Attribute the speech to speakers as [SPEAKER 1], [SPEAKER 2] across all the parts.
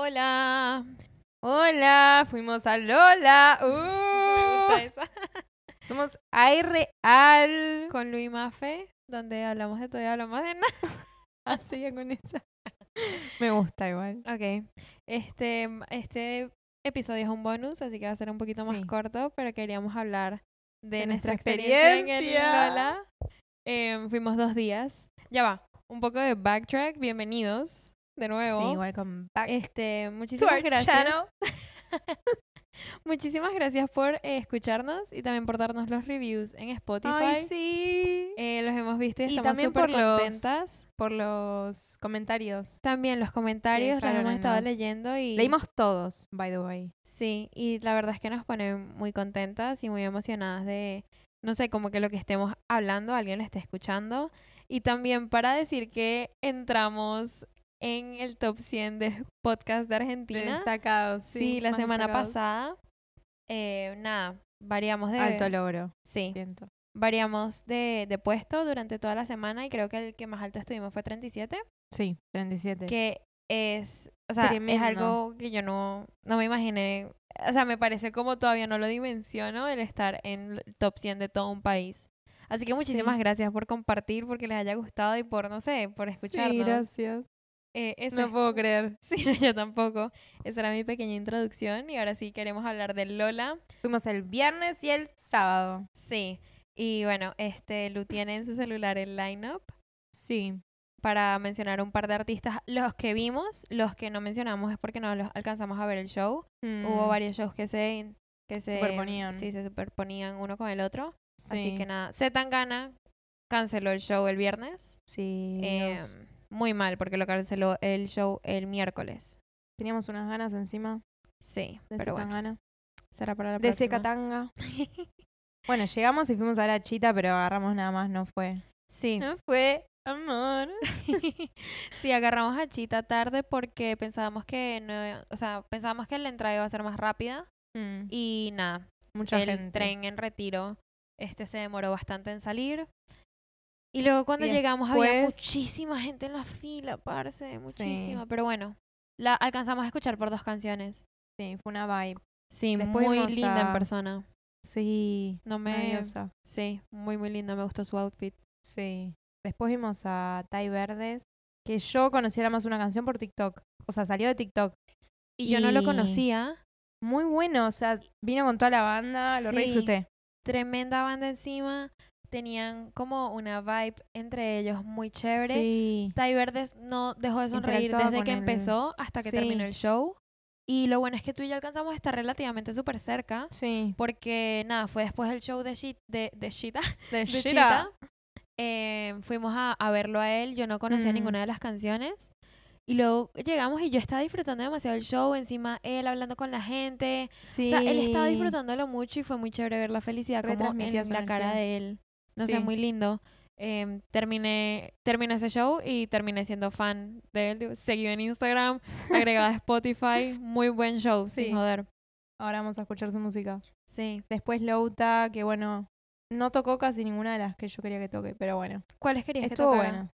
[SPEAKER 1] Hola. Hola, fuimos a Lola. Uh.
[SPEAKER 2] Me gusta esa.
[SPEAKER 1] Somos Real
[SPEAKER 2] Con Luis Mafe, donde hablamos de todo y hablamos de nada. Así ya con esa.
[SPEAKER 1] Me gusta igual.
[SPEAKER 2] Ok. Este, este episodio es un bonus, así que va a ser un poquito más
[SPEAKER 1] Sí.
[SPEAKER 2] corto, pero queríamos hablar de,
[SPEAKER 1] De
[SPEAKER 2] nuestra
[SPEAKER 1] nuestra
[SPEAKER 2] experiencia, en
[SPEAKER 1] experiencia.
[SPEAKER 2] el Lola. Em, fuimos dos días. Ya va. Un poco de backtrack. Bienvenidos de nuevo.
[SPEAKER 1] Sí, welcome back
[SPEAKER 2] Este,
[SPEAKER 1] to
[SPEAKER 2] muchísimas
[SPEAKER 1] our
[SPEAKER 2] gracias.
[SPEAKER 1] channel.
[SPEAKER 2] Muchísimas gracias por eh, escucharnos y también por darnos los reviews en Spotify.
[SPEAKER 1] Ay, sí.
[SPEAKER 2] Eh, los hemos visto y,
[SPEAKER 1] Y
[SPEAKER 2] estamos
[SPEAKER 1] también
[SPEAKER 2] súper
[SPEAKER 1] por los-
[SPEAKER 2] contentas.
[SPEAKER 1] Por los comentarios.
[SPEAKER 2] También los comentarios los hemos estado
[SPEAKER 1] dejaron en los-
[SPEAKER 2] leyendo y
[SPEAKER 1] Leímos todos, by the way.
[SPEAKER 2] sí, y la verdad es que nos ponen muy contentas y muy emocionadas de no sé, como que lo que estemos hablando alguien lo esté escuchando y también para decir que entramos en el top 100 de podcast de Argentina.
[SPEAKER 1] Destacados.
[SPEAKER 2] sí, la
[SPEAKER 1] más
[SPEAKER 2] semana
[SPEAKER 1] destacados.
[SPEAKER 2] pasada eh, nada, variamos de
[SPEAKER 1] Alto logro.
[SPEAKER 2] Sí.
[SPEAKER 1] Siento.
[SPEAKER 2] variamos de, de puesto durante toda la semana y creo que el que más alto estuvimos fue 37,
[SPEAKER 1] Sí, 37.
[SPEAKER 2] que es, o sea, es
[SPEAKER 1] Tremendo.
[SPEAKER 2] algo que yo no, no me imaginé, o sea, me parece como todavía no lo dimensiono el estar en el top 100 de todo un país. Así que muchísimas
[SPEAKER 1] Sí.
[SPEAKER 2] gracias por compartir, porque les haya gustado y por, no sé, por escucharnos.
[SPEAKER 1] gracias.
[SPEAKER 2] Eh, eso
[SPEAKER 1] No
[SPEAKER 2] es-
[SPEAKER 1] puedo creer.
[SPEAKER 2] Sí, no, yo tampoco. Esa era mi pequeña introducción y ahora sí queremos hablar de Lola.
[SPEAKER 1] Fuimos el viernes y el sábado.
[SPEAKER 2] Sí. Y bueno, este, Lu tiene en su celular el lineup.
[SPEAKER 1] Sí.
[SPEAKER 2] para mencionar un par de artistas, los que vimos, los que no mencionamos es porque no los alcanzamos a ver el show.
[SPEAKER 1] Mm,
[SPEAKER 2] Hubo varios shows que se, que se
[SPEAKER 1] Superponían.
[SPEAKER 2] Sí, se superponían uno con el otro.
[SPEAKER 1] Sí.
[SPEAKER 2] Así que nada, Zetangana canceló el show el viernes.
[SPEAKER 1] Sí.
[SPEAKER 2] Eh,
[SPEAKER 1] Dios.
[SPEAKER 2] muy mal porque lo canceló el show el miércoles.
[SPEAKER 1] Teníamos unas ganas encima
[SPEAKER 2] Sí,
[SPEAKER 1] de
[SPEAKER 2] pero bueno,
[SPEAKER 1] Zetangana.
[SPEAKER 2] será para la
[SPEAKER 1] de
[SPEAKER 2] próxima.
[SPEAKER 1] Secatanga. bueno, llegamos y fuimos a la chita, pero agarramos nada más, no fue.
[SPEAKER 2] Sí.
[SPEAKER 1] fue, amor.
[SPEAKER 2] Sí, agarramos a Chita tarde porque pensábamos que no, o sea, pensábamos que la entrada iba a ser más rápida
[SPEAKER 1] Y
[SPEAKER 2] y nada,
[SPEAKER 1] mucha
[SPEAKER 2] el
[SPEAKER 1] gente.
[SPEAKER 2] tren en retiro este se demoró bastante en salir y luego cuando
[SPEAKER 1] Y
[SPEAKER 2] llegamos había
[SPEAKER 1] después-
[SPEAKER 2] muchísima gente en la fila parce muchísima
[SPEAKER 1] Sí.
[SPEAKER 2] pero bueno la alcanzamos a escuchar por dos canciones
[SPEAKER 1] Sí, fue una vibe.
[SPEAKER 2] sí
[SPEAKER 1] Después
[SPEAKER 2] muy
[SPEAKER 1] vimos
[SPEAKER 2] linda en
[SPEAKER 1] a-
[SPEAKER 2] persona
[SPEAKER 1] Sí.
[SPEAKER 2] no me
[SPEAKER 1] Maravillosa.
[SPEAKER 2] sí muy muy linda me gustó su outfit
[SPEAKER 1] Sí. Después vimos a Tai Verdes, que yo conociera más una canción por TikTok. O sea, salió de TikTok.
[SPEAKER 2] y, yo no lo
[SPEAKER 1] Y-
[SPEAKER 2] conocía
[SPEAKER 1] Muy bueno, o sea, vino con toda la banda, lo re
[SPEAKER 2] Sí.
[SPEAKER 1] disfruté.
[SPEAKER 2] tremenda banda encima tenían como una vibe entre ellos muy chévere
[SPEAKER 1] Sí.
[SPEAKER 2] Tai Verdes no dejó de sonreír
[SPEAKER 1] Interactuaba
[SPEAKER 2] desde que
[SPEAKER 1] con él.
[SPEAKER 2] empezó hasta que terminó
[SPEAKER 1] Sí.
[SPEAKER 2] el show. Y lo bueno es que tú y yo alcanzamos a estar relativamente súper cerca.
[SPEAKER 1] Sí. porque
[SPEAKER 2] Porque nada, fue después del show de, Shi- de, de Shita.
[SPEAKER 1] De
[SPEAKER 2] de
[SPEAKER 1] Shira.
[SPEAKER 2] Shita, eh, fuimos a, a verlo a él. Yo no conocía
[SPEAKER 1] Mm.
[SPEAKER 2] ninguna de las canciones. Y luego llegamos y yo estaba disfrutando demasiado el show. Encima él hablando con la gente. O sea, él estaba
[SPEAKER 1] Sí.
[SPEAKER 2] disfrutándolo mucho y fue muy chévere ver la felicidad como en
[SPEAKER 1] Retransmitía su
[SPEAKER 2] la cara
[SPEAKER 1] energía.
[SPEAKER 2] de él. No sé,
[SPEAKER 1] Sí.
[SPEAKER 2] muy lindo. Em, terminé, terminé ese show y terminé siendo fan de él. Digo, Seguido en Instagram, agregada a Spotify. Muy buen show,
[SPEAKER 1] Sí.
[SPEAKER 2] sin joder.
[SPEAKER 1] Ahora vamos a escuchar su música.
[SPEAKER 2] Sí.
[SPEAKER 1] Después Louta, que bueno, no tocó casi ninguna de las que yo quería que toque, pero bueno.
[SPEAKER 2] ¿Cuáles querías que
[SPEAKER 1] Estuvo
[SPEAKER 2] tocara?
[SPEAKER 1] bueno.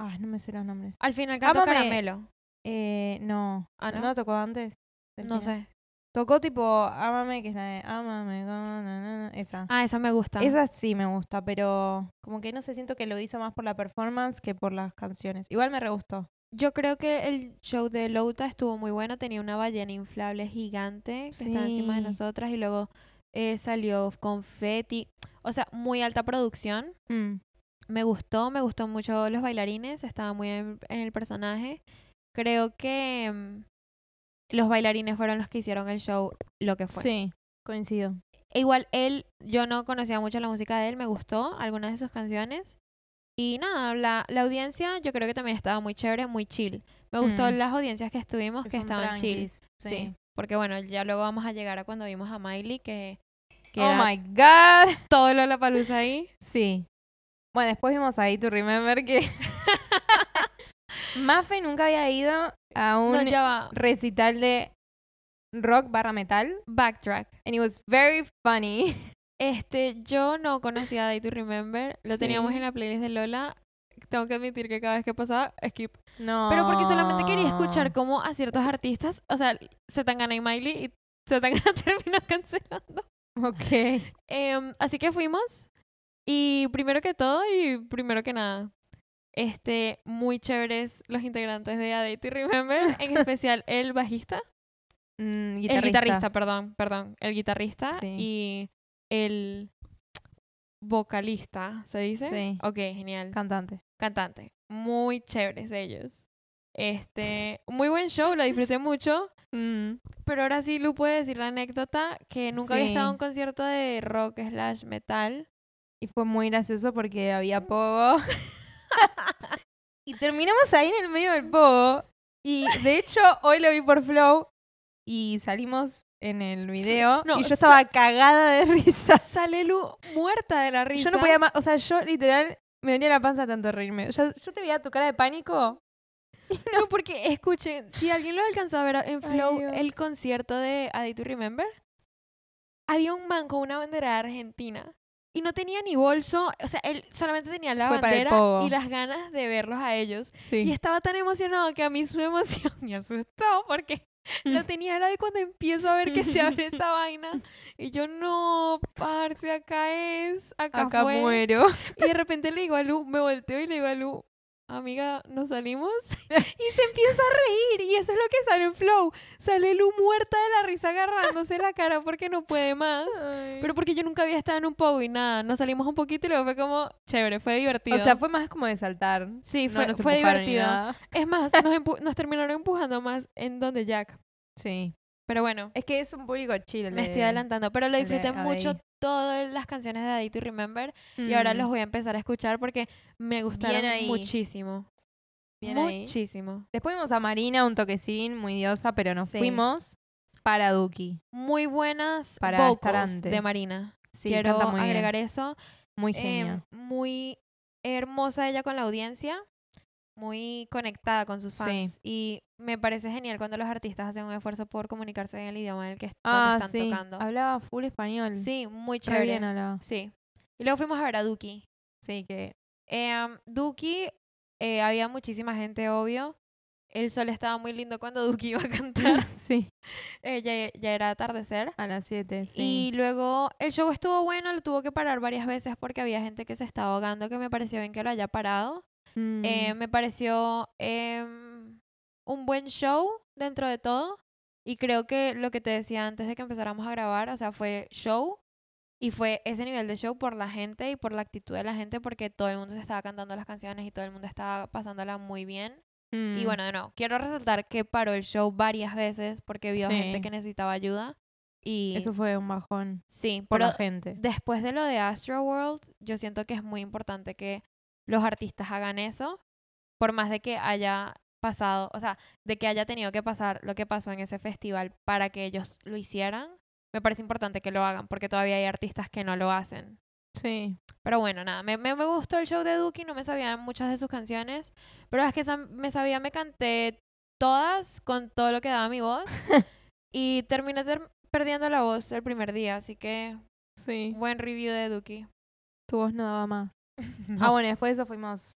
[SPEAKER 1] Ah, no me sé los nombres.
[SPEAKER 2] Al final cantó
[SPEAKER 1] Ámame.
[SPEAKER 2] Caramelo.
[SPEAKER 1] Eh, no.
[SPEAKER 2] Ah, ¿no?
[SPEAKER 1] ¿no? tocó antes? del
[SPEAKER 2] No
[SPEAKER 1] final?
[SPEAKER 2] sé.
[SPEAKER 1] Tocó tipo Amame, que es la de Amame, como na, na, na, esa.
[SPEAKER 2] Ah, esa me gusta.
[SPEAKER 1] Esa sí me gusta, pero como que no sé, siento que lo hizo más por la performance que por las canciones. Igual me re gustó.
[SPEAKER 2] Yo creo que el show de Louta estuvo muy bueno. Tenía una ballena inflable gigante que estaba encima de
[SPEAKER 1] Sí.
[SPEAKER 2] nosotras y luego eh, salió confeti. O sea, muy alta producción. Me gustó, me gustó mucho los bailarines. Estaba muy en, en el personaje. Creo que mm, los bailarines fueron los que hicieron el show lo que fue.
[SPEAKER 1] Sí, coincido.
[SPEAKER 2] E igual él, yo no conocía mucho la música de él, me gustó algunas de sus canciones. Y nada, la, la audiencia yo creo que también estaba muy chévere, muy chill. Me gustó
[SPEAKER 1] Mm.
[SPEAKER 2] las audiencias que estuvimos, que,
[SPEAKER 1] son
[SPEAKER 2] estaban chill.
[SPEAKER 1] tranquis,
[SPEAKER 2] Sí. Porque bueno, ya luego vamos a llegar a cuando vimos a Miley, que, que
[SPEAKER 1] Oh
[SPEAKER 2] era
[SPEAKER 1] my god.
[SPEAKER 2] todo lo la palusa ahí.
[SPEAKER 1] Sí. Bueno, después vimos ahí To Remember que. Mafe nunca había ido a un
[SPEAKER 2] no, ya va.
[SPEAKER 1] recital de rock barra metal.
[SPEAKER 2] Backtrack.
[SPEAKER 1] And it was very funny.
[SPEAKER 2] Este, yo no conocía Day to Remember. Lo teníamos
[SPEAKER 1] Sí.
[SPEAKER 2] en la playlist de Lola. tengo que admitir que cada vez que pasaba, skip.
[SPEAKER 1] No.
[SPEAKER 2] Pero porque solamente quería
[SPEAKER 1] Ah.
[SPEAKER 2] escuchar cómo a ciertos artistas, o sea, Zetangana y Miley, y Zetangana terminó cancelando.
[SPEAKER 1] Ok.
[SPEAKER 2] Em, así que fuimos. Y primero que todo y primero que nada, este, muy chéveres los integrantes de A Day to Remember, en especial el bajista.
[SPEAKER 1] Mm,
[SPEAKER 2] El guitarrista, perdón, perdón. El guitarrista
[SPEAKER 1] Sí.
[SPEAKER 2] y el vocalista, ¿se dice?
[SPEAKER 1] Sí.
[SPEAKER 2] Ok, genial.
[SPEAKER 1] Cantante.
[SPEAKER 2] Cantante. Muy chéveres ellos. Este, muy buen show, lo disfruté mucho. Mm. Pero ahora sí, Lu puede decir la anécdota que nunca había estado
[SPEAKER 1] Sí.
[SPEAKER 2] en un concierto de rock slash metal.
[SPEAKER 1] Y fue muy gracioso porque había pogo. y terminamos ahí en el medio del pogo. Y de hecho, hoy lo vi por Flow y salimos en el video.
[SPEAKER 2] no,
[SPEAKER 1] y yo estaba cagada de risa.
[SPEAKER 2] Sale Lu muerta de la risa.
[SPEAKER 1] Yo no podía más. O sea, yo literal me venía la panza tanto de reírme. Yo, yo te veía tu cara de pánico.
[SPEAKER 2] No, porque escuchen, si alguien lo alcanzó a ver en Flow, el
[SPEAKER 1] Dios.
[SPEAKER 2] concierto de A Day to Remember, había un man con una bandera de Argentina y no tenía ni bolso, o sea, él solamente tenía la
[SPEAKER 1] Fue para el
[SPEAKER 2] bandera
[SPEAKER 1] pogo.
[SPEAKER 2] y las ganas de verlos a ellos. Y
[SPEAKER 1] Sí.
[SPEAKER 2] estaba tan emocionado que a mí su emoción me asustó porque
[SPEAKER 1] Mm.
[SPEAKER 2] lo tenía al lado y cuando empiezo a ver que se abre esa vaina y yo no, parce, acá es, acá,
[SPEAKER 1] Acá
[SPEAKER 2] fue".
[SPEAKER 1] muero.
[SPEAKER 2] Y de repente le digo a Lu, me volteo y le digo a Lu, amiga, ¿nos salimos? Y se empieza a reír. Y eso es lo que sale en Flow. Sale Lu muerta de la risa agarrándose la cara porque no puede más. Pero porque yo nunca había estado en un pogo y nada. Nos salimos un poquito y luego fue como chévere, fue divertido.
[SPEAKER 1] o sea, fue más como de saltar.
[SPEAKER 2] sí,
[SPEAKER 1] No
[SPEAKER 2] fue,
[SPEAKER 1] nos
[SPEAKER 2] fue
[SPEAKER 1] empujaron ni
[SPEAKER 2] divertido.
[SPEAKER 1] nada.
[SPEAKER 2] Es más, nos, empu- nos terminaron empujando más en donde Jack.
[SPEAKER 1] Sí.
[SPEAKER 2] Pero bueno,
[SPEAKER 1] Es que es un público chill. el
[SPEAKER 2] me
[SPEAKER 1] de-
[SPEAKER 2] estoy adelantando. Pero lo
[SPEAKER 1] el de
[SPEAKER 2] disfruté
[SPEAKER 1] A
[SPEAKER 2] mucho
[SPEAKER 1] Day.
[SPEAKER 2] todas las canciones de Adito y Remember. Y ahora
[SPEAKER 1] Mm.
[SPEAKER 2] los voy a empezar a escuchar porque me gustaron
[SPEAKER 1] ahí.
[SPEAKER 2] muchísimo.
[SPEAKER 1] Bien ahí.
[SPEAKER 2] muchísimo.
[SPEAKER 1] Después vimos a Marina, un toquecín, muy diosa, pero nos
[SPEAKER 2] Sí.
[SPEAKER 1] fuimos para Duki.
[SPEAKER 2] Muy buenas
[SPEAKER 1] Para
[SPEAKER 2] vocals
[SPEAKER 1] estar antes.
[SPEAKER 2] de Marina.
[SPEAKER 1] Sí,
[SPEAKER 2] Quiero
[SPEAKER 1] canta muy bien,
[SPEAKER 2] agregar eso.
[SPEAKER 1] Muy
[SPEAKER 2] Em,
[SPEAKER 1] genia.
[SPEAKER 2] muy hermosa ella con la audiencia. Muy conectada con sus
[SPEAKER 1] Sí.
[SPEAKER 2] fans. Y me parece genial cuando los artistas hacen un esfuerzo por comunicarse en el idioma en el que est-
[SPEAKER 1] ah,
[SPEAKER 2] donde están
[SPEAKER 1] sí.
[SPEAKER 2] tocando.
[SPEAKER 1] Hablaba full español.
[SPEAKER 2] Sí, muy
[SPEAKER 1] Re
[SPEAKER 2] chévere.
[SPEAKER 1] bien hablaba.
[SPEAKER 2] Sí. Y luego fuimos a ver a Duki.
[SPEAKER 1] Sí, que.
[SPEAKER 2] Em, Duki, eh, había muchísima gente, obvio. El sol estaba muy lindo cuando Duki iba a cantar.
[SPEAKER 1] sí.
[SPEAKER 2] Eh, ya, ya era atardecer.
[SPEAKER 1] A las 7, sí.
[SPEAKER 2] Y luego el show estuvo bueno, lo tuvo que parar varias veces porque había gente que se estaba ahogando, que me pareció bien que lo haya parado.
[SPEAKER 1] Mm,
[SPEAKER 2] Eh, me pareció em, un buen show dentro de todo. Y creo que lo que te decía antes de que empezáramos a grabar, o sea, fue show. Y fue ese nivel de show por la gente y por la actitud de la gente, porque todo el mundo se estaba cantando las canciones y todo el mundo estaba pasándola muy bien. Y
[SPEAKER 1] mm.
[SPEAKER 2] bueno, de nuevo, quiero resaltar que paró el show varias veces porque vio gente
[SPEAKER 1] Sí.
[SPEAKER 2] que necesitaba ayuda. Y
[SPEAKER 1] Eso fue un bajón
[SPEAKER 2] sí,
[SPEAKER 1] por
[SPEAKER 2] pero
[SPEAKER 1] la gente.
[SPEAKER 2] después de lo de Astro World, yo siento que es muy importante que los artistas hagan eso, por más de que haya pasado, o sea, de que haya tenido que pasar lo que pasó en ese festival para que ellos lo hicieran, me parece importante que lo hagan, porque todavía hay artistas que no lo hacen.
[SPEAKER 1] Sí.
[SPEAKER 2] Pero bueno, nada, me, me, me gustó el show de Duki, no me sabían muchas de sus canciones, pero es que esa- me sabía, me canté todas con todo lo que daba mi voz y terminé ter- perdiendo la voz el primer día, así que
[SPEAKER 1] Sí.
[SPEAKER 2] buen review de Duki.
[SPEAKER 1] Tu voz no daba más. Ah, bueno, después de eso fuimos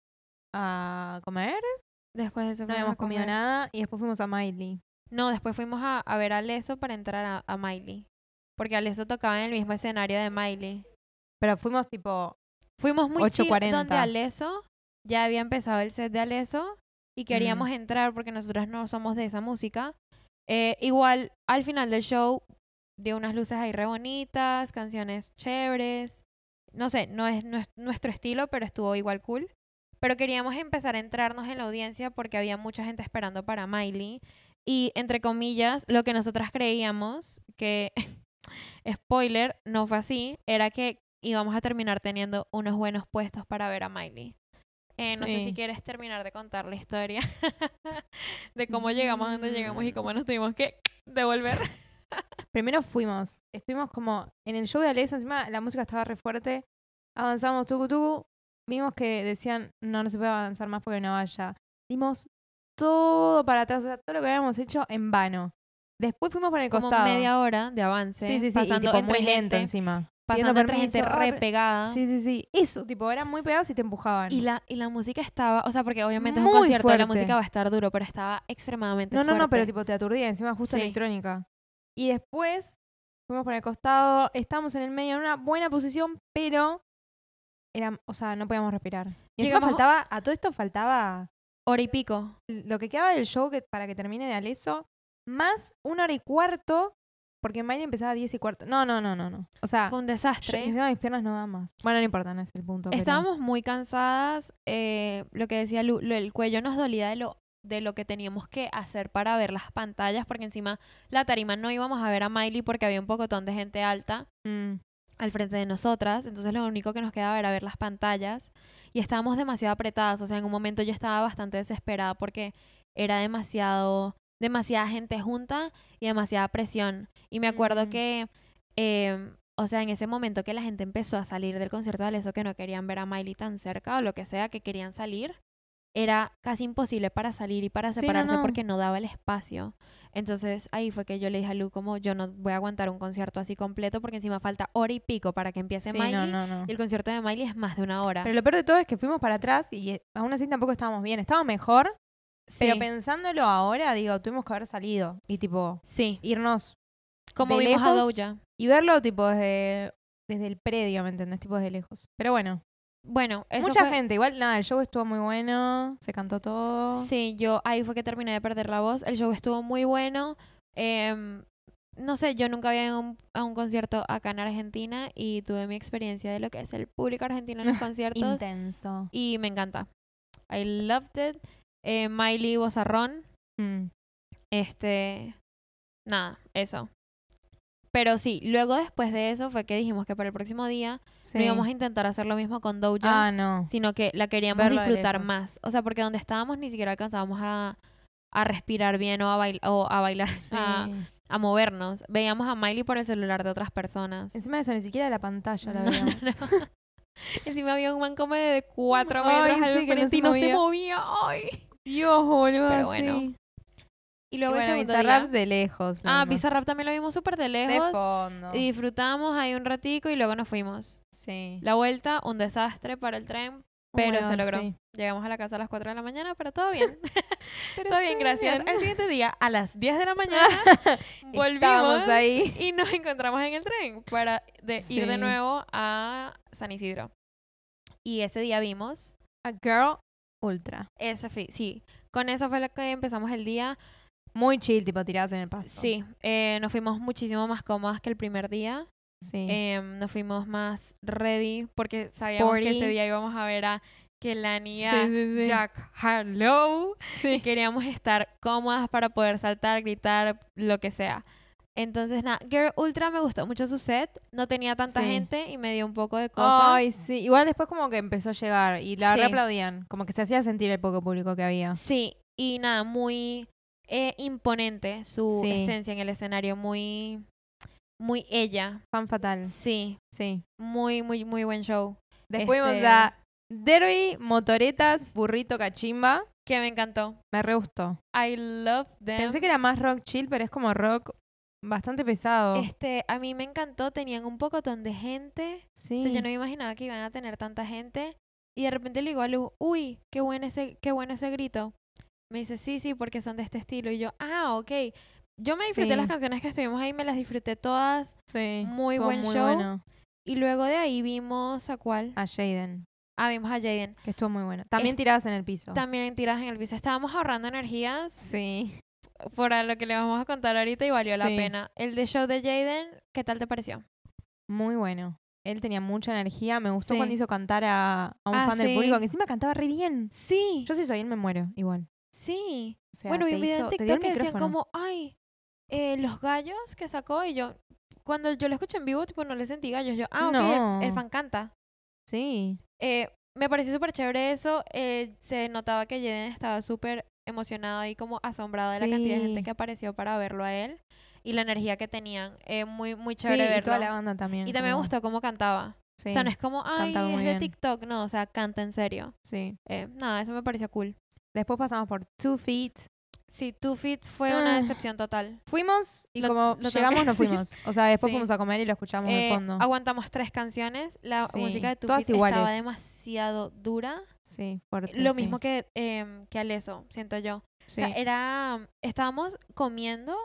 [SPEAKER 1] a comer.
[SPEAKER 2] Después de eso
[SPEAKER 1] No
[SPEAKER 2] fuimos
[SPEAKER 1] habíamos
[SPEAKER 2] a comer.
[SPEAKER 1] comido nada. Y después fuimos a Miley.
[SPEAKER 2] No, después fuimos a, a ver a Alesso para entrar a, a Miley. Porque Alesso tocaba en el mismo escenario de Miley.
[SPEAKER 1] Pero fuimos tipo.
[SPEAKER 2] Fuimos muy chill
[SPEAKER 1] 8:40.
[SPEAKER 2] donde Alesso ya había empezado el set de Alesso y queríamos
[SPEAKER 1] Mm.
[SPEAKER 2] entrar porque nosotras no somos de esa música. Eh, igual al final del show dio unas luces ahí re bonitas, canciones chéveres. No sé, no es, no es nuestro estilo, pero estuvo igual cool. Pero queríamos empezar a entrarnos en la audiencia porque había mucha gente esperando para Miley. Y entre comillas, lo que nosotras creíamos que, spoiler, no fue así, era que íbamos a terminar teniendo unos buenos puestos para ver a Miley. Eh, No sé si
[SPEAKER 1] Sí.
[SPEAKER 2] quieres terminar de contar la historia de cómo llegamos a donde llegamos y cómo
[SPEAKER 1] Mm.
[SPEAKER 2] nos tuvimos que devolver.
[SPEAKER 1] Primero fuimos, estuvimos como en el show de Alesso, encima la música estaba re fuerte. Avanzamos tucu tucu, vimos que decían, no, no se puede avanzar más porque no vaya. Dimos todo para atrás, o sea, todo lo que habíamos hecho en vano. Después fuimos por el
[SPEAKER 2] Como
[SPEAKER 1] costado.
[SPEAKER 2] media hora de avance.
[SPEAKER 1] sí, sí, sí, y
[SPEAKER 2] pasando
[SPEAKER 1] tipo
[SPEAKER 2] entre
[SPEAKER 1] muy lento
[SPEAKER 2] gente.
[SPEAKER 1] encima.
[SPEAKER 2] pasando entre
[SPEAKER 1] permiso,
[SPEAKER 2] gente
[SPEAKER 1] ah,
[SPEAKER 2] re pegada.
[SPEAKER 1] Sí, sí, sí. Eso, tipo, eran muy pegados y te empujaban.
[SPEAKER 2] Y la, y la música estaba, o sea, porque obviamente es un
[SPEAKER 1] Muy
[SPEAKER 2] concierto, la
[SPEAKER 1] fuerte.
[SPEAKER 2] música va a estar duro, pero estaba extremadamente
[SPEAKER 1] no, no, no, pero
[SPEAKER 2] fuerte.
[SPEAKER 1] tipo te aturdía, encima justo
[SPEAKER 2] Sí.
[SPEAKER 1] electrónica. Y después fuimos por el costado, estábamos en el medio en una buena posición, pero era, o sea, no podíamos respirar. Y encima
[SPEAKER 2] Llegamos-
[SPEAKER 1] faltaba, a todo esto faltaba
[SPEAKER 2] Hora y pico.
[SPEAKER 1] lo que quedaba del show que, para que termine de Aleso, más una hora y cuarto, porque en baile empezaba a 10 y cuarto. No, no, no, no, no. O sea,
[SPEAKER 2] Fue un
[SPEAKER 1] yo-
[SPEAKER 2] desastre.
[SPEAKER 1] encima mis piernas no dan más. Bueno, no importa, no es el punto. pero-
[SPEAKER 2] Estábamos muy cansadas. eh, lo que decía Lu, lo- el cuello nos dolía de lo, de lo que teníamos que hacer para ver las pantallas, porque encima la tarima no íbamos a ver a Miley porque había un pocotón de gente alta
[SPEAKER 1] Mm.
[SPEAKER 2] al frente de nosotras. Entonces lo único que nos quedaba era ver las pantallas. Y estábamos demasiado apretadas. O sea, en un momento yo estaba bastante desesperada porque era demasiado, demasiada gente junta y demasiada presión. Y me acuerdo
[SPEAKER 1] Mm.
[SPEAKER 2] que, eh, o sea, en ese momento que la gente empezó a salir del concierto de Aleso, que no querían ver a Miley tan cerca o lo que sea, que querían salir, era casi imposible para salir y para
[SPEAKER 1] Sí, no,
[SPEAKER 2] separarse
[SPEAKER 1] no.
[SPEAKER 2] porque no daba el espacio. Entonces ahí fue que yo le dije a Lu como yo no voy a aguantar un concierto así completo porque encima falta hora y pico para que empiece
[SPEAKER 1] Sí,
[SPEAKER 2] Miley.
[SPEAKER 1] no, no, no.
[SPEAKER 2] Y el concierto de Miley es más de una hora.
[SPEAKER 1] Pero lo peor de todo es que fuimos para atrás y eh, aún así tampoco estábamos bien. Estábamos mejor, pero
[SPEAKER 2] Sí,
[SPEAKER 1] pensándolo ahora, digo, tuvimos que haber salido y tipo
[SPEAKER 2] sí.
[SPEAKER 1] irnos
[SPEAKER 2] Como
[SPEAKER 1] de
[SPEAKER 2] vimos a
[SPEAKER 1] lejos-
[SPEAKER 2] Doja.
[SPEAKER 1] y verlo tipo desde, desde el predio, ¿me entendés? Tipo desde lejos. Pero bueno,
[SPEAKER 2] Bueno, eso
[SPEAKER 1] mucha
[SPEAKER 2] fue-
[SPEAKER 1] gente, igual nada, el show estuvo muy bueno, se cantó todo.
[SPEAKER 2] Sí, yo ahí fue que terminé de perder la voz. El show estuvo muy bueno. Em, no sé, yo nunca había ido a un, a un concierto acá en Argentina y tuve mi experiencia de lo que es el público argentino en los conciertos.
[SPEAKER 1] Intenso.
[SPEAKER 2] y me encanta. I loved it. Eh, Miley Bozarrón.
[SPEAKER 1] Mm.
[SPEAKER 2] Este. Nada, eso. Pero sí, luego después de eso fue que dijimos que para el próximo día
[SPEAKER 1] Sí.
[SPEAKER 2] no íbamos a intentar hacer lo mismo con Doja,
[SPEAKER 1] Ah, no.
[SPEAKER 2] sino que la queríamos
[SPEAKER 1] Verlo de
[SPEAKER 2] disfrutar
[SPEAKER 1] lejos.
[SPEAKER 2] más. O sea, porque donde estábamos ni siquiera alcanzábamos a, a respirar bien o a, bail- o a bailar,
[SPEAKER 1] Sí.
[SPEAKER 2] a, a movernos. Veíamos a Miley por el celular de otras personas.
[SPEAKER 1] Encima de eso, ni siquiera la pantalla la
[SPEAKER 2] No,
[SPEAKER 1] veíamos.
[SPEAKER 2] no, no. Encima había un man como de cuatro
[SPEAKER 1] Ay,
[SPEAKER 2] metros al
[SPEAKER 1] sí, que no
[SPEAKER 2] frente
[SPEAKER 1] se
[SPEAKER 2] y no se movía. Ay.
[SPEAKER 1] Dios, boludo.
[SPEAKER 2] Pero bueno.
[SPEAKER 1] sí.
[SPEAKER 2] Y
[SPEAKER 1] Y
[SPEAKER 2] luego
[SPEAKER 1] bueno,
[SPEAKER 2] el segundo
[SPEAKER 1] Bizarrap
[SPEAKER 2] día-
[SPEAKER 1] de lejos. lo
[SPEAKER 2] Ah,
[SPEAKER 1] vimos.
[SPEAKER 2] Bizarrap también lo vimos súper de
[SPEAKER 1] De
[SPEAKER 2] lejos.
[SPEAKER 1] fondo.
[SPEAKER 2] Y disfrutamos ahí un ratico y luego nos fuimos.
[SPEAKER 1] Sí.
[SPEAKER 2] La vuelta, un desastre para el tren, pero
[SPEAKER 1] Bueno,
[SPEAKER 2] se logró.
[SPEAKER 1] sí.
[SPEAKER 2] Llegamos a la casa a las 4 de la mañana, pero todo bien. todo bien,
[SPEAKER 1] estuvo
[SPEAKER 2] gracias.
[SPEAKER 1] bien.
[SPEAKER 2] Al siguiente día, a las 10 de la mañana, volvimos
[SPEAKER 1] Estábamos ahí.
[SPEAKER 2] y nos encontramos en el tren para de ir de
[SPEAKER 1] Sí.
[SPEAKER 2] nuevo a San Isidro. Y ese día vimos,
[SPEAKER 1] A Girl Ultra.
[SPEAKER 2] esa fue, sí, con eso fue lo que empezamos el día.
[SPEAKER 1] Muy chill, tipo tiradas en el pasto.
[SPEAKER 2] Sí, eh, nos fuimos muchísimo más cómodas que el primer día.
[SPEAKER 1] Sí.
[SPEAKER 2] Em, nos fuimos más ready porque sabíamos que ese
[SPEAKER 1] Sporty.
[SPEAKER 2] día íbamos a ver a Kelania
[SPEAKER 1] Sí, sí, sí.
[SPEAKER 2] Jack Harlow.
[SPEAKER 1] Sí.
[SPEAKER 2] Y queríamos estar cómodas para poder saltar, gritar, lo que sea. Entonces, nada, Girl Ultra me gustó mucho su set. No tenía tanta
[SPEAKER 1] Sí.
[SPEAKER 2] gente y me dio un poco de cosa.
[SPEAKER 1] Ay, sí. Igual después como que empezó a llegar y la
[SPEAKER 2] Sí.
[SPEAKER 1] reaplaudían aplaudían. Como que se hacía sentir el poco público que había.
[SPEAKER 2] Sí, y nada, muy eh, imponente su
[SPEAKER 1] Sí.
[SPEAKER 2] esencia en el escenario. Muy, muy ella.
[SPEAKER 1] Fan fatal.
[SPEAKER 2] Sí,
[SPEAKER 1] Sí.
[SPEAKER 2] muy, muy, muy buen show.
[SPEAKER 1] Después
[SPEAKER 2] Este-
[SPEAKER 1] fuimos a Derby, Motoretas, Burrito, Cachimba.
[SPEAKER 2] Que me encantó.
[SPEAKER 1] Me re gustó.
[SPEAKER 2] I love them.
[SPEAKER 1] Pensé que era más rock chill, pero es como rock bastante pesado.
[SPEAKER 2] Este, a mí me encantó, tenían un pocotón de gente.
[SPEAKER 1] Sí.
[SPEAKER 2] O sea, yo no me imaginaba que iban a tener tanta gente. Y de repente le digo a Lu, uy, qué bueno ese, qué bueno ese grito. Me dice, sí, sí, porque son de este estilo. Y yo, ah, ok. Yo me disfruté
[SPEAKER 1] Sí.
[SPEAKER 2] las canciones que estuvimos ahí, me las disfruté todas.
[SPEAKER 1] Sí.
[SPEAKER 2] Muy
[SPEAKER 1] Estuvo
[SPEAKER 2] buen
[SPEAKER 1] muy
[SPEAKER 2] show.
[SPEAKER 1] bueno.
[SPEAKER 2] Y luego de ahí vimos a cuál.
[SPEAKER 1] A Jaden,
[SPEAKER 2] Ah, vimos a Jaden.
[SPEAKER 1] que estuvo muy bueno. También tiradas en el piso.
[SPEAKER 2] También tiras en el piso. Estábamos ahorrando energías
[SPEAKER 1] Sí.
[SPEAKER 2] por a lo que le vamos a contar ahorita y valió la
[SPEAKER 1] Sí.
[SPEAKER 2] pena. El de show de Jaden, ¿qué tal te pareció?
[SPEAKER 1] Muy bueno. Él tenía mucha energía. Me gustó
[SPEAKER 2] Sí.
[SPEAKER 1] cuando hizo cantar a, a un
[SPEAKER 2] Ah,
[SPEAKER 1] fan
[SPEAKER 2] sí.
[SPEAKER 1] del público, que encima cantaba re bien.
[SPEAKER 2] Sí,
[SPEAKER 1] Yo si soy él me muero, igual.
[SPEAKER 2] sí.
[SPEAKER 1] O sea,
[SPEAKER 2] bueno, vi
[SPEAKER 1] te
[SPEAKER 2] un video en
[SPEAKER 1] hizo- te dio
[SPEAKER 2] TikTok
[SPEAKER 1] el
[SPEAKER 2] que decían
[SPEAKER 1] micrófono.
[SPEAKER 2] como, ay, eh, los gallos que sacó y yo, cuando yo lo escuché en vivo, tipo, no le sentí gallos. Yo, ah, ok, el-
[SPEAKER 1] No.
[SPEAKER 2] el, fan canta.
[SPEAKER 1] Sí.
[SPEAKER 2] Eh, me pareció súper chévere eso. eh, se notaba que Jaden estaba súper emocionado y como asombrado de la cantidad de gente
[SPEAKER 1] Sí.
[SPEAKER 2] que apareció para verlo a él y la energía que tenían. Eh, muy, muy
[SPEAKER 1] Sí,
[SPEAKER 2] chévere
[SPEAKER 1] y
[SPEAKER 2] verlo.
[SPEAKER 1] toda la banda también.
[SPEAKER 2] Y también me
[SPEAKER 1] como-
[SPEAKER 2] gustó cómo cantaba.
[SPEAKER 1] Sí,
[SPEAKER 2] O sea, no es como, ay,
[SPEAKER 1] Cantaba
[SPEAKER 2] es
[SPEAKER 1] muy
[SPEAKER 2] de
[SPEAKER 1] bien.
[SPEAKER 2] TikTok. No, o sea, canta en serio.
[SPEAKER 1] sí.
[SPEAKER 2] Eh, nada, eso me pareció cool.
[SPEAKER 1] Después pasamos por Two Feet,
[SPEAKER 2] Sí, Two Feet fue una
[SPEAKER 1] Ah.
[SPEAKER 2] decepción total.
[SPEAKER 1] Fuimos y
[SPEAKER 2] Lo-
[SPEAKER 1] como
[SPEAKER 2] lo tengo que
[SPEAKER 1] llegamos nos
[SPEAKER 2] decir.
[SPEAKER 1] fuimos. O sea, después
[SPEAKER 2] Sí.
[SPEAKER 1] fuimos a comer y lo escuchamos de
[SPEAKER 2] Eh,
[SPEAKER 1] fondo.
[SPEAKER 2] Aguantamos tres canciones. La
[SPEAKER 1] Sí,
[SPEAKER 2] música de Two
[SPEAKER 1] todas
[SPEAKER 2] Feet estaba
[SPEAKER 1] iguales.
[SPEAKER 2] demasiado dura.
[SPEAKER 1] Sí, fuerte.
[SPEAKER 2] Lo
[SPEAKER 1] sí.
[SPEAKER 2] mismo que, em, que Aleso, siento yo. O
[SPEAKER 1] Sí.
[SPEAKER 2] sea, era. Estábamos comiendo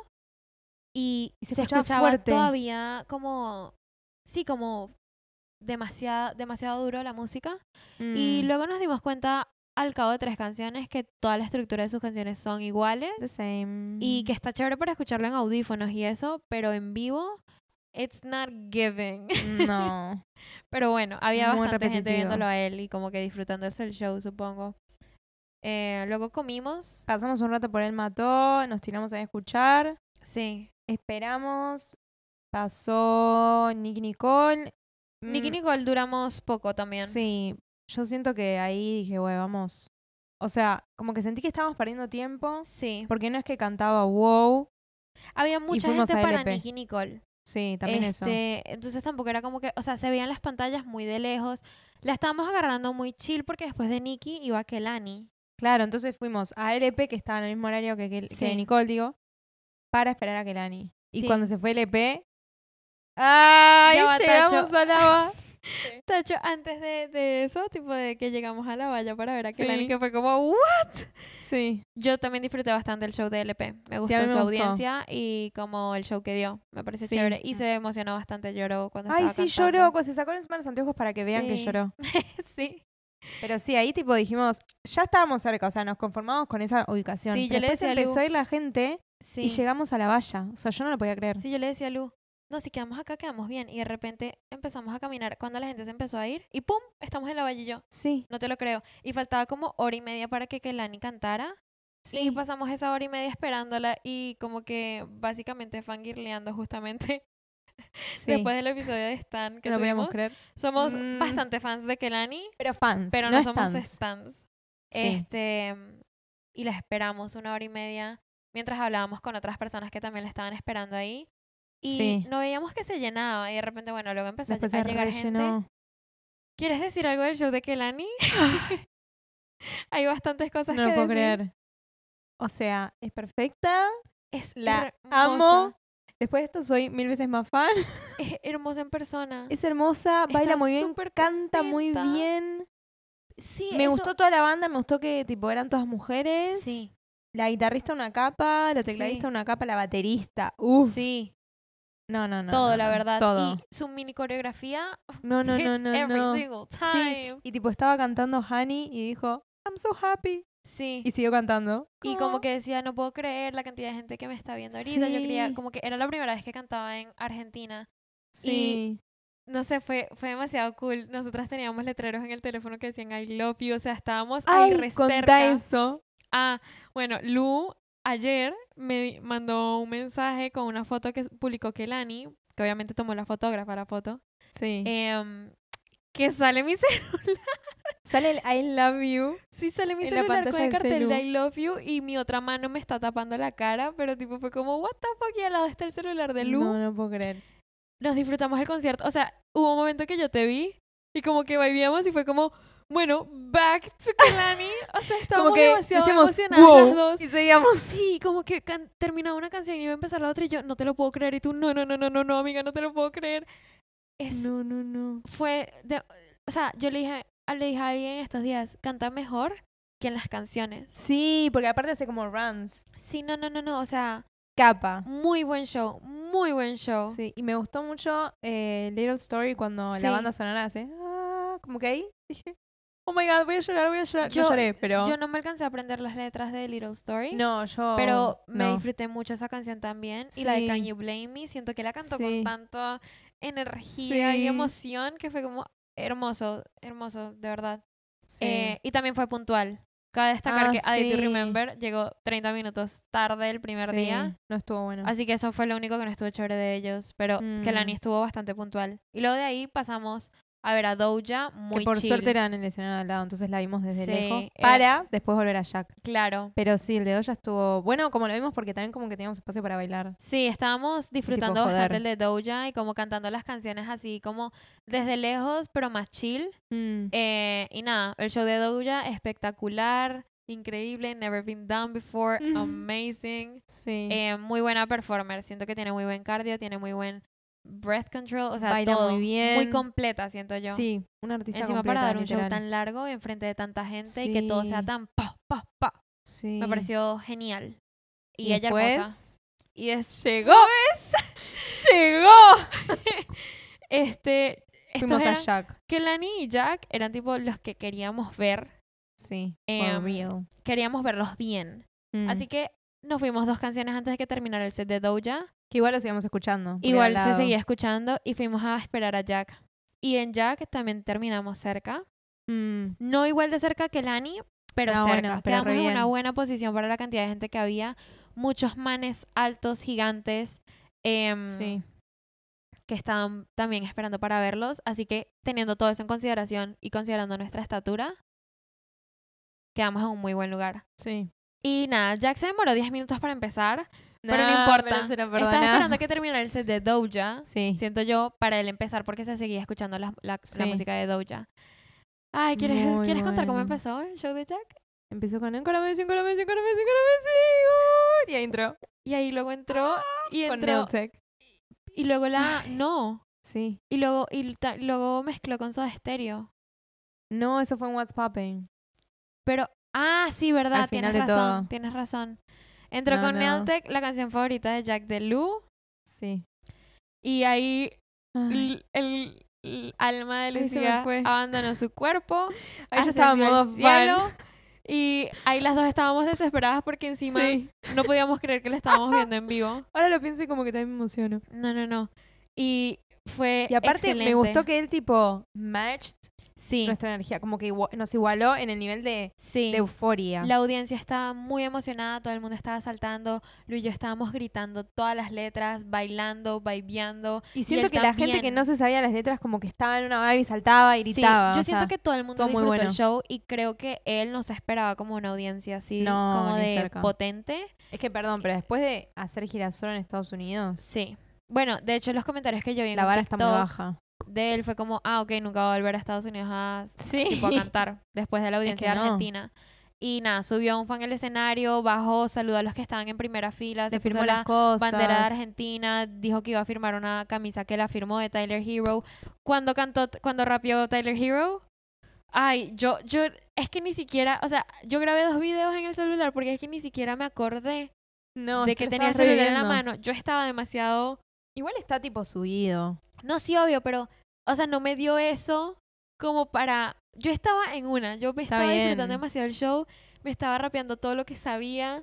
[SPEAKER 2] y,
[SPEAKER 1] Y se
[SPEAKER 2] se,
[SPEAKER 1] escuchaba
[SPEAKER 2] escuchaba,
[SPEAKER 1] fuerte.
[SPEAKER 2] todavía como. Sí, como demasiado, demasiado duro la música. Y
[SPEAKER 1] Mm.
[SPEAKER 2] luego nos dimos cuenta al cabo de tres canciones que toda la estructura de sus canciones son iguales
[SPEAKER 1] The same.
[SPEAKER 2] y que está chévere para escucharlo en audífonos y eso, pero en vivo, it's not giving.
[SPEAKER 1] No.
[SPEAKER 2] Pero bueno, había
[SPEAKER 1] Muy
[SPEAKER 2] bastante gente
[SPEAKER 1] repetitivo.
[SPEAKER 2] viéndolo a él y como que disfrutándose el show, supongo. Eh, luego comimos.
[SPEAKER 1] Pasamos un rato por el mató, nos tiramos a escuchar.
[SPEAKER 2] Sí.
[SPEAKER 1] Esperamos. Pasó Nicky Nicole.
[SPEAKER 2] Nicky
[SPEAKER 1] Mm,
[SPEAKER 2] Nicole duramos poco también.
[SPEAKER 1] Sí. Yo siento que ahí dije, güey, vamos. O sea, como que sentí que estábamos perdiendo tiempo.
[SPEAKER 2] Sí.
[SPEAKER 1] Porque no es que cantaba wow.
[SPEAKER 2] Había mucha
[SPEAKER 1] fuimos
[SPEAKER 2] gente
[SPEAKER 1] a
[SPEAKER 2] para
[SPEAKER 1] LP.
[SPEAKER 2] Nicky Nicole.
[SPEAKER 1] Sí, también eso.
[SPEAKER 2] Este, Entonces tampoco era como que, o sea, se veían las pantallas muy de lejos. La estábamos agarrando muy chill porque después de Nicky iba Kelani.
[SPEAKER 1] Claro, entonces fuimos a LP, que estaba en el mismo horario que, que, que
[SPEAKER 2] Sí.
[SPEAKER 1] Nicole, digo, para esperar a Kelani. Y
[SPEAKER 2] Sí.
[SPEAKER 1] cuando se fue LP. ¡Ay!
[SPEAKER 2] Ya va,
[SPEAKER 1] llegamos
[SPEAKER 2] Tacho.
[SPEAKER 1] a Lava.
[SPEAKER 2] Tacho, antes de, de eso, tipo de que llegamos a la valla para ver a Kelani,
[SPEAKER 1] Sí.
[SPEAKER 2] que fue como, "Uh,
[SPEAKER 1] Sí.
[SPEAKER 2] Yo también disfruté bastante el show de LP. Me gustó
[SPEAKER 1] a mí
[SPEAKER 2] su
[SPEAKER 1] me gustó.
[SPEAKER 2] audiencia y como el show que dio. Me pareció
[SPEAKER 1] Sí.
[SPEAKER 2] chévere. Y se emocionó bastante, lloró cuando
[SPEAKER 1] Ay, sí,
[SPEAKER 2] estaba cantando.
[SPEAKER 1] lloró. cuando Se sacó los anteojos para que vean que
[SPEAKER 2] Sí.
[SPEAKER 1] lloró.
[SPEAKER 2] sí.
[SPEAKER 1] Pero sí, ahí tipo dijimos, ya estábamos cerca, o sea, nos conformamos con esa ubicación.
[SPEAKER 2] Sí, yo
[SPEAKER 1] Pero
[SPEAKER 2] le
[SPEAKER 1] después
[SPEAKER 2] decía a Lu-
[SPEAKER 1] empezó a ir la gente
[SPEAKER 2] Sí.
[SPEAKER 1] y llegamos a la valla. O sea, yo no lo podía creer.
[SPEAKER 2] Sí, yo le decía a Lu, no, si quedamos acá, quedamos bien. Y de repente empezamos a caminar cuando la gente se empezó a ir y ¡pum! Estamos en la valle y yo.
[SPEAKER 1] Sí.
[SPEAKER 2] No te lo creo. Y faltaba como hora y media para que Kelani cantara. Y pasamos esa hora y media esperándola y como que básicamente fangirleando justamente
[SPEAKER 1] sí.
[SPEAKER 2] después del episodio de Stan que
[SPEAKER 1] no lo podíamos
[SPEAKER 2] tuvimos.
[SPEAKER 1] creer.
[SPEAKER 2] Somos
[SPEAKER 1] Mm.
[SPEAKER 2] bastante fans de Kelani.
[SPEAKER 1] Pero fans,
[SPEAKER 2] pero
[SPEAKER 1] no,
[SPEAKER 2] no, somos
[SPEAKER 1] stands.
[SPEAKER 2] stands.
[SPEAKER 1] Sí.
[SPEAKER 2] Este, y la esperamos una hora y media mientras hablábamos con otras personas que también la estaban esperando ahí. Y
[SPEAKER 1] Sí.
[SPEAKER 2] no veíamos que se llenaba y de repente, bueno, luego empezó
[SPEAKER 1] Después
[SPEAKER 2] a
[SPEAKER 1] se
[SPEAKER 2] llegar gente.
[SPEAKER 1] rellenó.
[SPEAKER 2] ¿Quieres decir algo del show de Kelani? Hay bastantes cosas
[SPEAKER 1] Ah. No
[SPEAKER 2] que
[SPEAKER 1] lo puedo
[SPEAKER 2] decir.
[SPEAKER 1] creer. O sea, es perfecta.
[SPEAKER 2] Es
[SPEAKER 1] La
[SPEAKER 2] hermosa.
[SPEAKER 1] amo. Después de esto soy mil veces más fan.
[SPEAKER 2] Es hermosa en persona.
[SPEAKER 1] Es hermosa,
[SPEAKER 2] Está
[SPEAKER 1] baila muy bien,
[SPEAKER 2] súper
[SPEAKER 1] canta muy
[SPEAKER 2] contenta.
[SPEAKER 1] bien.
[SPEAKER 2] sí,
[SPEAKER 1] me
[SPEAKER 2] eso-
[SPEAKER 1] gustó toda la banda, me gustó que tipo eran todas mujeres.
[SPEAKER 2] Sí,
[SPEAKER 1] La guitarrista una capa, la
[SPEAKER 2] Sí.
[SPEAKER 1] tecladista una capa, la baterista. Uf.
[SPEAKER 2] sí,
[SPEAKER 1] No, no, no.
[SPEAKER 2] todo,
[SPEAKER 1] no,
[SPEAKER 2] la
[SPEAKER 1] no.
[SPEAKER 2] verdad.
[SPEAKER 1] Todo.
[SPEAKER 2] Y su mini coreografía,
[SPEAKER 1] No, no, no,
[SPEAKER 2] it's
[SPEAKER 1] no.
[SPEAKER 2] every
[SPEAKER 1] no.
[SPEAKER 2] single
[SPEAKER 1] Sí.
[SPEAKER 2] time.
[SPEAKER 1] Y tipo estaba cantando Honey y dijo, I'm so happy.
[SPEAKER 2] Sí.
[SPEAKER 1] Y siguió cantando.
[SPEAKER 2] Y como que decía, no puedo creer la cantidad de gente que me está viendo ahorita. Yo
[SPEAKER 1] Sí.
[SPEAKER 2] quería, como que era la primera vez que cantaba en Argentina.
[SPEAKER 1] Sí.
[SPEAKER 2] No sé, fue, fue demasiado cool. Nosotras teníamos letreros en el teléfono que decían I love you. O sea, estábamos ahí
[SPEAKER 1] Ay,
[SPEAKER 2] re
[SPEAKER 1] contá
[SPEAKER 2] cerca.
[SPEAKER 1] eso.
[SPEAKER 2] Ah, bueno, Lu ayer me di- mandó un mensaje con una foto que s- publicó Kelani, que obviamente tomó la fotógrafa la foto,
[SPEAKER 1] Sí.
[SPEAKER 2] em, que sale mi celular.
[SPEAKER 1] Sale el I love you.
[SPEAKER 2] Sí, sale mi
[SPEAKER 1] En la
[SPEAKER 2] celular con
[SPEAKER 1] pantalla
[SPEAKER 2] el
[SPEAKER 1] del
[SPEAKER 2] cartel de
[SPEAKER 1] celu.
[SPEAKER 2] I love you y mi otra mano me está tapando la cara, pero tipo fue como, what the fuck, y al lado está el celular de Lu.
[SPEAKER 1] No, no puedo creer.
[SPEAKER 2] nos disfrutamos el concierto. O sea, hubo un momento que yo te vi y como que vivíamos y fue como, bueno, back to Kalani. O sea, estábamos
[SPEAKER 1] como que
[SPEAKER 2] demasiado
[SPEAKER 1] decíamos,
[SPEAKER 2] emocionadas
[SPEAKER 1] "Wow",
[SPEAKER 2] las dos.
[SPEAKER 1] Y seguíamos.
[SPEAKER 2] Sí, como que can- terminaba una canción y iba a empezar la otra y yo, no te lo puedo creer. Y tú, no, no, no, no, no, no, amiga, no te lo puedo creer. Es,
[SPEAKER 1] No, no, no.
[SPEAKER 2] Fue, de- o sea, yo le dije, a- le dije a alguien estos días, canta mejor que en las canciones.
[SPEAKER 1] Sí, porque aparte hace como runs.
[SPEAKER 2] Sí, no, no, no, no, o sea,
[SPEAKER 1] Capa.
[SPEAKER 2] muy buen show, muy buen show.
[SPEAKER 1] Sí, y me gustó mucho eh, Little Story cuando
[SPEAKER 2] Sí.
[SPEAKER 1] la banda sonora hace. "Ah", como que ahí dije, oh my god, voy a llorar, voy a llorar. Yo
[SPEAKER 2] Yo-
[SPEAKER 1] lloré, pero.
[SPEAKER 2] Yo no me alcancé a aprender las letras de Little Story.
[SPEAKER 1] no, yo.
[SPEAKER 2] Pero me
[SPEAKER 1] no.
[SPEAKER 2] disfruté mucho esa canción también. Y la de Can
[SPEAKER 1] Sí.
[SPEAKER 2] You Blame Me, siento que la cantó
[SPEAKER 1] Sí.
[SPEAKER 2] con tanta energía
[SPEAKER 1] Sí.
[SPEAKER 2] y emoción que fue como hermoso, hermoso, de verdad.
[SPEAKER 1] Sí.
[SPEAKER 2] Eh, y también fue puntual. Cabe destacar
[SPEAKER 1] Ah,
[SPEAKER 2] que I Do
[SPEAKER 1] sí.
[SPEAKER 2] Remember llegó 30 minutos tarde el primer
[SPEAKER 1] Sí,
[SPEAKER 2] día.
[SPEAKER 1] No estuvo bueno.
[SPEAKER 2] Así que eso fue lo único que no estuvo chévere de ellos. Pero que Lani
[SPEAKER 1] Mm.
[SPEAKER 2] estuvo bastante puntual. Y luego de ahí pasamos a ver a Doja, muy
[SPEAKER 1] que por
[SPEAKER 2] chill,
[SPEAKER 1] suerte eran en el escenario de al lado, entonces la vimos desde
[SPEAKER 2] Sí, eh,
[SPEAKER 1] lejos.
[SPEAKER 2] era-
[SPEAKER 1] Para después volver a Jack.
[SPEAKER 2] Claro.
[SPEAKER 1] Pero sí, el de Doya estuvo bueno, como lo vimos, porque también como que teníamos espacio para bailar.
[SPEAKER 2] Sí, estábamos disfrutando
[SPEAKER 1] joder.
[SPEAKER 2] bastante el de Doja y como cantando las canciones así como desde Mm. eh, lejos, pero más chill. Eh, y nada, el show de Doja espectacular. increíble, never been done before, amazing.
[SPEAKER 1] Sí.
[SPEAKER 2] Eh, muy buena performer, siento que tiene muy buen cardio, tiene muy buen breath control, o sea,
[SPEAKER 1] Baila
[SPEAKER 2] todo.
[SPEAKER 1] muy bien.
[SPEAKER 2] Muy completa, siento yo.
[SPEAKER 1] sí, una artista
[SPEAKER 2] Encima
[SPEAKER 1] completa,
[SPEAKER 2] para dar un show
[SPEAKER 1] literal.
[SPEAKER 2] tan largo enfrente de tanta gente y que todo sea
[SPEAKER 1] Sí.
[SPEAKER 2] tan pa, pa, pa.
[SPEAKER 1] Sí.
[SPEAKER 2] Me pareció genial. Y,
[SPEAKER 1] Y
[SPEAKER 2] ella hermosa.
[SPEAKER 1] después,
[SPEAKER 2] Y es,
[SPEAKER 1] llegó. Llegó.
[SPEAKER 2] este, estos
[SPEAKER 1] Fuimos
[SPEAKER 2] eran,
[SPEAKER 1] a Jack.
[SPEAKER 2] que Lani y Jack eran tipo los que queríamos ver.
[SPEAKER 1] Sí.
[SPEAKER 2] Em, mm.
[SPEAKER 1] for real.
[SPEAKER 2] Queríamos verlos bien.
[SPEAKER 1] Mm.
[SPEAKER 2] Así que nos fuimos dos canciones antes de que terminara el set de Doja.
[SPEAKER 1] que igual lo seguimos escuchando. por
[SPEAKER 2] Igual
[SPEAKER 1] al
[SPEAKER 2] se
[SPEAKER 1] lado.
[SPEAKER 2] seguía escuchando y fuimos a esperar a Jack. Y en Jack también terminamos cerca.
[SPEAKER 1] Mm,
[SPEAKER 2] No igual de cerca que Lani, pero
[SPEAKER 1] Ah,
[SPEAKER 2] cerca.
[SPEAKER 1] bueno, pero
[SPEAKER 2] Quedamos
[SPEAKER 1] re
[SPEAKER 2] en una
[SPEAKER 1] bien.
[SPEAKER 2] buena posición para la cantidad de gente que había. Muchos manes altos, gigantes, em,
[SPEAKER 1] Sí.
[SPEAKER 2] que estaban también esperando para verlos. Así que teniendo todo eso en consideración y considerando nuestra estatura, quedamos en un muy buen lugar.
[SPEAKER 1] Sí.
[SPEAKER 2] Y nada, Jack se demoró 10 minutos para empezar, pero no
[SPEAKER 1] Nah,
[SPEAKER 2] importa.
[SPEAKER 1] se lo
[SPEAKER 2] Estaba esperando
[SPEAKER 1] perdonamos.
[SPEAKER 2] que terminara el set de Doja
[SPEAKER 1] Sí.
[SPEAKER 2] siento yo, para él empezar, porque se seguía escuchando la, la- la
[SPEAKER 1] Sí.
[SPEAKER 2] música de Doja. Ay, ¿quieres,
[SPEAKER 1] Muy
[SPEAKER 2] ¿quieres contar cómo
[SPEAKER 1] bueno.
[SPEAKER 2] empezó el show de Jack?
[SPEAKER 1] Empezó con Encoramesión, Encoramesión, Encoramesión, Encoramesión. Y ahí entró.
[SPEAKER 2] Y ahí luego entró y
[SPEAKER 1] Ah, Con
[SPEAKER 2] entró
[SPEAKER 1] Neltec.
[SPEAKER 2] y luego la no
[SPEAKER 1] Sí.
[SPEAKER 2] y luego y ta- luego mezcló con Soda Stereo.
[SPEAKER 1] No, eso fue en What's Popping.
[SPEAKER 2] Pero ah, sí, verdad,
[SPEAKER 1] Al final
[SPEAKER 2] tienes
[SPEAKER 1] de
[SPEAKER 2] razón,
[SPEAKER 1] todo.
[SPEAKER 2] tienes razón. Entró
[SPEAKER 1] No,
[SPEAKER 2] con
[SPEAKER 1] no.
[SPEAKER 2] Neotech, la canción favorita de Jack de Lou
[SPEAKER 1] Sí.
[SPEAKER 2] y ahí
[SPEAKER 1] Ay,
[SPEAKER 2] l- el, el alma de
[SPEAKER 1] Ay, se me
[SPEAKER 2] Lucía
[SPEAKER 1] fue.
[SPEAKER 2] abandonó su cuerpo
[SPEAKER 1] Ahí yo estaba en
[SPEAKER 2] ascendió al
[SPEAKER 1] modo fan.
[SPEAKER 2] cielo, Y ahí las dos estábamos desesperadas porque encima
[SPEAKER 1] Sí.
[SPEAKER 2] no podíamos creer que la estábamos viendo en vivo.
[SPEAKER 1] Ahora lo pienso y como que también me emociono.
[SPEAKER 2] No, no, no. Y fue
[SPEAKER 1] Y aparte me
[SPEAKER 2] E, excelente.
[SPEAKER 1] gustó que él tipo matched
[SPEAKER 2] sí,
[SPEAKER 1] nuestra energía, como que igua- nos igualó en el nivel de,
[SPEAKER 2] sí.
[SPEAKER 1] de euforia.
[SPEAKER 2] La audiencia estaba muy emocionada, todo el mundo estaba saltando, Luis y yo estábamos gritando todas las letras, bailando, vibeando.
[SPEAKER 1] y siento
[SPEAKER 2] él
[SPEAKER 1] que la gente que
[SPEAKER 2] también.
[SPEAKER 1] no se sabía las letras como que estaba en una vibe y saltaba y
[SPEAKER 2] Sí,
[SPEAKER 1] gritaba.
[SPEAKER 2] yo
[SPEAKER 1] o
[SPEAKER 2] siento
[SPEAKER 1] sea,
[SPEAKER 2] que todo el mundo
[SPEAKER 1] todo muy
[SPEAKER 2] disfrutó el
[SPEAKER 1] bueno.
[SPEAKER 2] show y creo que él nos esperaba como una audiencia así,
[SPEAKER 1] No,
[SPEAKER 2] como
[SPEAKER 1] ni
[SPEAKER 2] de
[SPEAKER 1] cerca.
[SPEAKER 2] potente.
[SPEAKER 1] Es que perdón, pero después de hacer girasol en Estados Unidos,
[SPEAKER 2] Sí. Bueno, de hecho los comentarios que yo vi en
[SPEAKER 1] la vara está muy
[SPEAKER 2] TikTok
[SPEAKER 1] baja.
[SPEAKER 2] de él fue como, ah, ok, nunca va a volver a Estados Unidos a,
[SPEAKER 1] Sí.
[SPEAKER 2] tipo, a cantar después de la audiencia
[SPEAKER 1] no.
[SPEAKER 2] de Argentina. Y nada, subió un fan al escenario, bajó, saludó a los que estaban en primera fila, se
[SPEAKER 1] Se
[SPEAKER 2] firmó
[SPEAKER 1] firmó
[SPEAKER 2] la
[SPEAKER 1] las cosas.
[SPEAKER 2] bandera de Argentina, dijo que iba a firmar una camisa que la firmó de Tyler Hero. Cuando cantó, cuando rapeó Tyler Hero, ay, yo, yo, es que ni siquiera, o sea, yo grabé dos videos en el celular porque es que ni siquiera me acordé
[SPEAKER 1] No,
[SPEAKER 2] de
[SPEAKER 1] es
[SPEAKER 2] que
[SPEAKER 1] lo
[SPEAKER 2] tenía el
[SPEAKER 1] estabas
[SPEAKER 2] celular en la
[SPEAKER 1] reviviendo.
[SPEAKER 2] mano. Yo estaba demasiado
[SPEAKER 1] Igual está tipo subido.
[SPEAKER 2] No, sí, obvio, pero, o sea, no me dio eso como para... Yo estaba en una, yo me
[SPEAKER 1] Está
[SPEAKER 2] estaba
[SPEAKER 1] bien.
[SPEAKER 2] disfrutando demasiado el show, me estaba rapeando todo lo que sabía.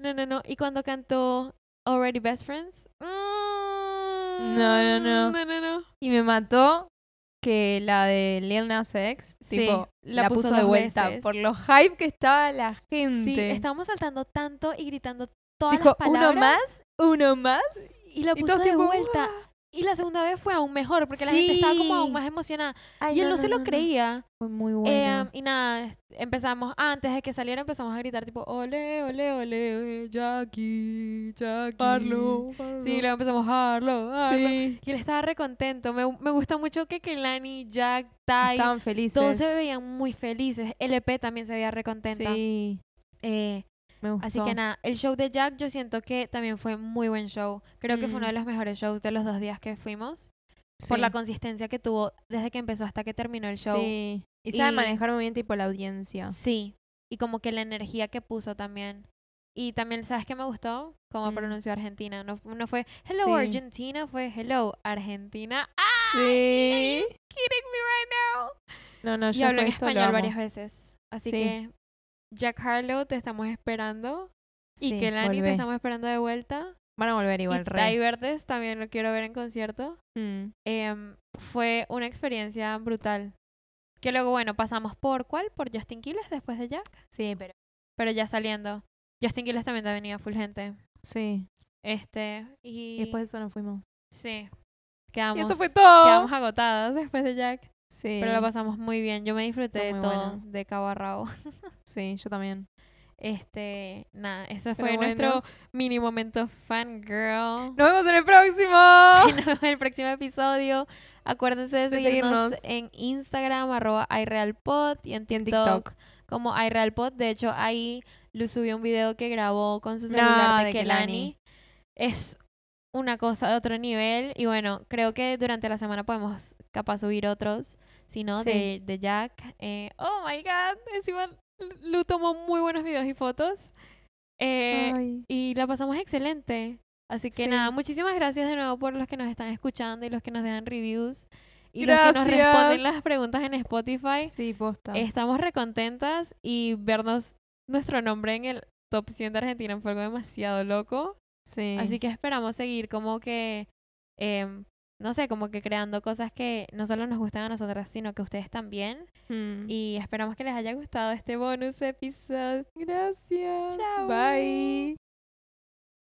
[SPEAKER 2] No, no, no. Y cuando cantó Already Best Friends... mm,
[SPEAKER 1] no, no.
[SPEAKER 2] No, no, no.
[SPEAKER 1] Y me mató que la de Lil Nas X,
[SPEAKER 2] Sí,
[SPEAKER 1] tipo, la, puso, de
[SPEAKER 2] dos
[SPEAKER 1] vuelta
[SPEAKER 2] veces.
[SPEAKER 1] por lo hype que estaba la gente.
[SPEAKER 2] Sí, estábamos saltando tanto y gritando todas
[SPEAKER 1] Dijo,
[SPEAKER 2] las palabras.
[SPEAKER 1] uno más, uno más.
[SPEAKER 2] Y la
[SPEAKER 1] Y
[SPEAKER 2] puso
[SPEAKER 1] todos
[SPEAKER 2] de
[SPEAKER 1] tipo,
[SPEAKER 2] vuelta.
[SPEAKER 1] "Guau".
[SPEAKER 2] Y la segunda vez fue aún mejor, porque la gente estaba como aún
[SPEAKER 1] Sí.
[SPEAKER 2] más emocionada.
[SPEAKER 1] Ay,
[SPEAKER 2] y él no, se lo creía.
[SPEAKER 1] Fue muy
[SPEAKER 2] Eh,
[SPEAKER 1] bueno.
[SPEAKER 2] y nada, empezamos, antes de que saliera empezamos a gritar tipo, ole, ole, ole, eh, Jackie, Jackie. Sí, luego empezamos, Harlow, Harlow.
[SPEAKER 1] sí.
[SPEAKER 2] Y él estaba re contento. Me, me gusta mucho que Kelani, Jack, Ty,
[SPEAKER 1] Estaban felices.
[SPEAKER 2] todos se veían muy felices. LP también se veía re contenta.
[SPEAKER 1] Sí,
[SPEAKER 2] Eh,
[SPEAKER 1] me gustó.
[SPEAKER 2] así que nada, el show de Jack yo siento que también fue muy buen show. Creo que fue
[SPEAKER 1] Mm.
[SPEAKER 2] uno de los mejores shows de los dos días que fuimos.
[SPEAKER 1] Sí.
[SPEAKER 2] Por la consistencia que tuvo desde que empezó hasta que terminó el show.
[SPEAKER 1] Sí. Y sabe
[SPEAKER 2] Y-
[SPEAKER 1] manejar muy bien tipo la audiencia.
[SPEAKER 2] Sí, y como que la energía que puso también. Y también, ¿sabes qué me gustó? Cómo
[SPEAKER 1] Mm.
[SPEAKER 2] pronunció Argentina. No, fu- no fue Hello
[SPEAKER 1] Sí.
[SPEAKER 2] Argentina, fue Hello Argentina. ¡Ah!
[SPEAKER 1] Sí.
[SPEAKER 2] Kidding me right now.
[SPEAKER 1] No, no,
[SPEAKER 2] y
[SPEAKER 1] yo
[SPEAKER 2] habló en
[SPEAKER 1] fue esto, lo
[SPEAKER 2] español
[SPEAKER 1] amo.
[SPEAKER 2] varias veces. Así
[SPEAKER 1] Sí.
[SPEAKER 2] que, Jack Harlow, te estamos esperando.
[SPEAKER 1] Sí,
[SPEAKER 2] y Kelani,
[SPEAKER 1] volvé.
[SPEAKER 2] te estamos esperando de vuelta.
[SPEAKER 1] Van a volver igual,
[SPEAKER 2] y
[SPEAKER 1] re.
[SPEAKER 2] Tai Verdes, también lo quiero ver en concierto.
[SPEAKER 1] Mm.
[SPEAKER 2] Em, fue una experiencia brutal. Que luego, bueno, pasamos por ¿cuál? Por Justin Quiles después de Jack.
[SPEAKER 1] Sí, pero
[SPEAKER 2] Pero ya saliendo. Justin Quiles también te venía full gente.
[SPEAKER 1] sí.
[SPEAKER 2] Este, y,
[SPEAKER 1] Y después de eso nos fuimos.
[SPEAKER 2] sí. Quedamos,
[SPEAKER 1] Y eso fue todo.
[SPEAKER 2] quedamos agotadas después de Jack.
[SPEAKER 1] Sí.
[SPEAKER 2] Pero lo pasamos muy bien. Yo me disfruté
[SPEAKER 1] Fue
[SPEAKER 2] de
[SPEAKER 1] muy
[SPEAKER 2] todo,
[SPEAKER 1] bueno.
[SPEAKER 2] de cabo a rabo.
[SPEAKER 1] Sí, yo también.
[SPEAKER 2] Este, nada, eso
[SPEAKER 1] Pero
[SPEAKER 2] fue
[SPEAKER 1] bueno.
[SPEAKER 2] nuestro mini momento fangirl.
[SPEAKER 1] Nos vemos en el próximo.
[SPEAKER 2] Y nos vemos en el próximo episodio. Acuérdense de
[SPEAKER 1] De
[SPEAKER 2] seguirnos,
[SPEAKER 1] seguirnos.
[SPEAKER 2] en Instagram, arroba iRealPod y en
[SPEAKER 1] Y en
[SPEAKER 2] TikTok,
[SPEAKER 1] TikTok.
[SPEAKER 2] como a Real Pod. De hecho, ahí Luz subió un video que grabó con su celular
[SPEAKER 1] No,
[SPEAKER 2] de
[SPEAKER 1] de
[SPEAKER 2] Kelani.
[SPEAKER 1] Kehlani.
[SPEAKER 2] Es una cosa de otro nivel. Y bueno, creo que durante la semana podemos capaz subir otros. Si no,
[SPEAKER 1] Sí.
[SPEAKER 2] de, de Jack. Eh, oh my god. Encima Lu tomó muy buenos videos y fotos. Eh,
[SPEAKER 1] Ay.
[SPEAKER 2] y la pasamos excelente. Así que
[SPEAKER 1] Sí.
[SPEAKER 2] nada, muchísimas gracias de nuevo por los que nos están escuchando y los que nos dejan reviews y los que nos
[SPEAKER 1] Gracias.
[SPEAKER 2] responden las preguntas en Spotify.
[SPEAKER 1] Sí, posta.
[SPEAKER 2] Estamos recontentas y vernos nuestro nombre en el top 100 de Argentina fue algo demasiado loco.
[SPEAKER 1] sí.
[SPEAKER 2] Así que esperamos seguir como que, em, no sé, como que creando cosas que no solo nos gustan a nosotras, sino que ustedes también.
[SPEAKER 1] Mm.
[SPEAKER 2] Y esperamos que les haya gustado este bonus episodio.
[SPEAKER 1] Gracias.
[SPEAKER 2] Chao.
[SPEAKER 1] Bye.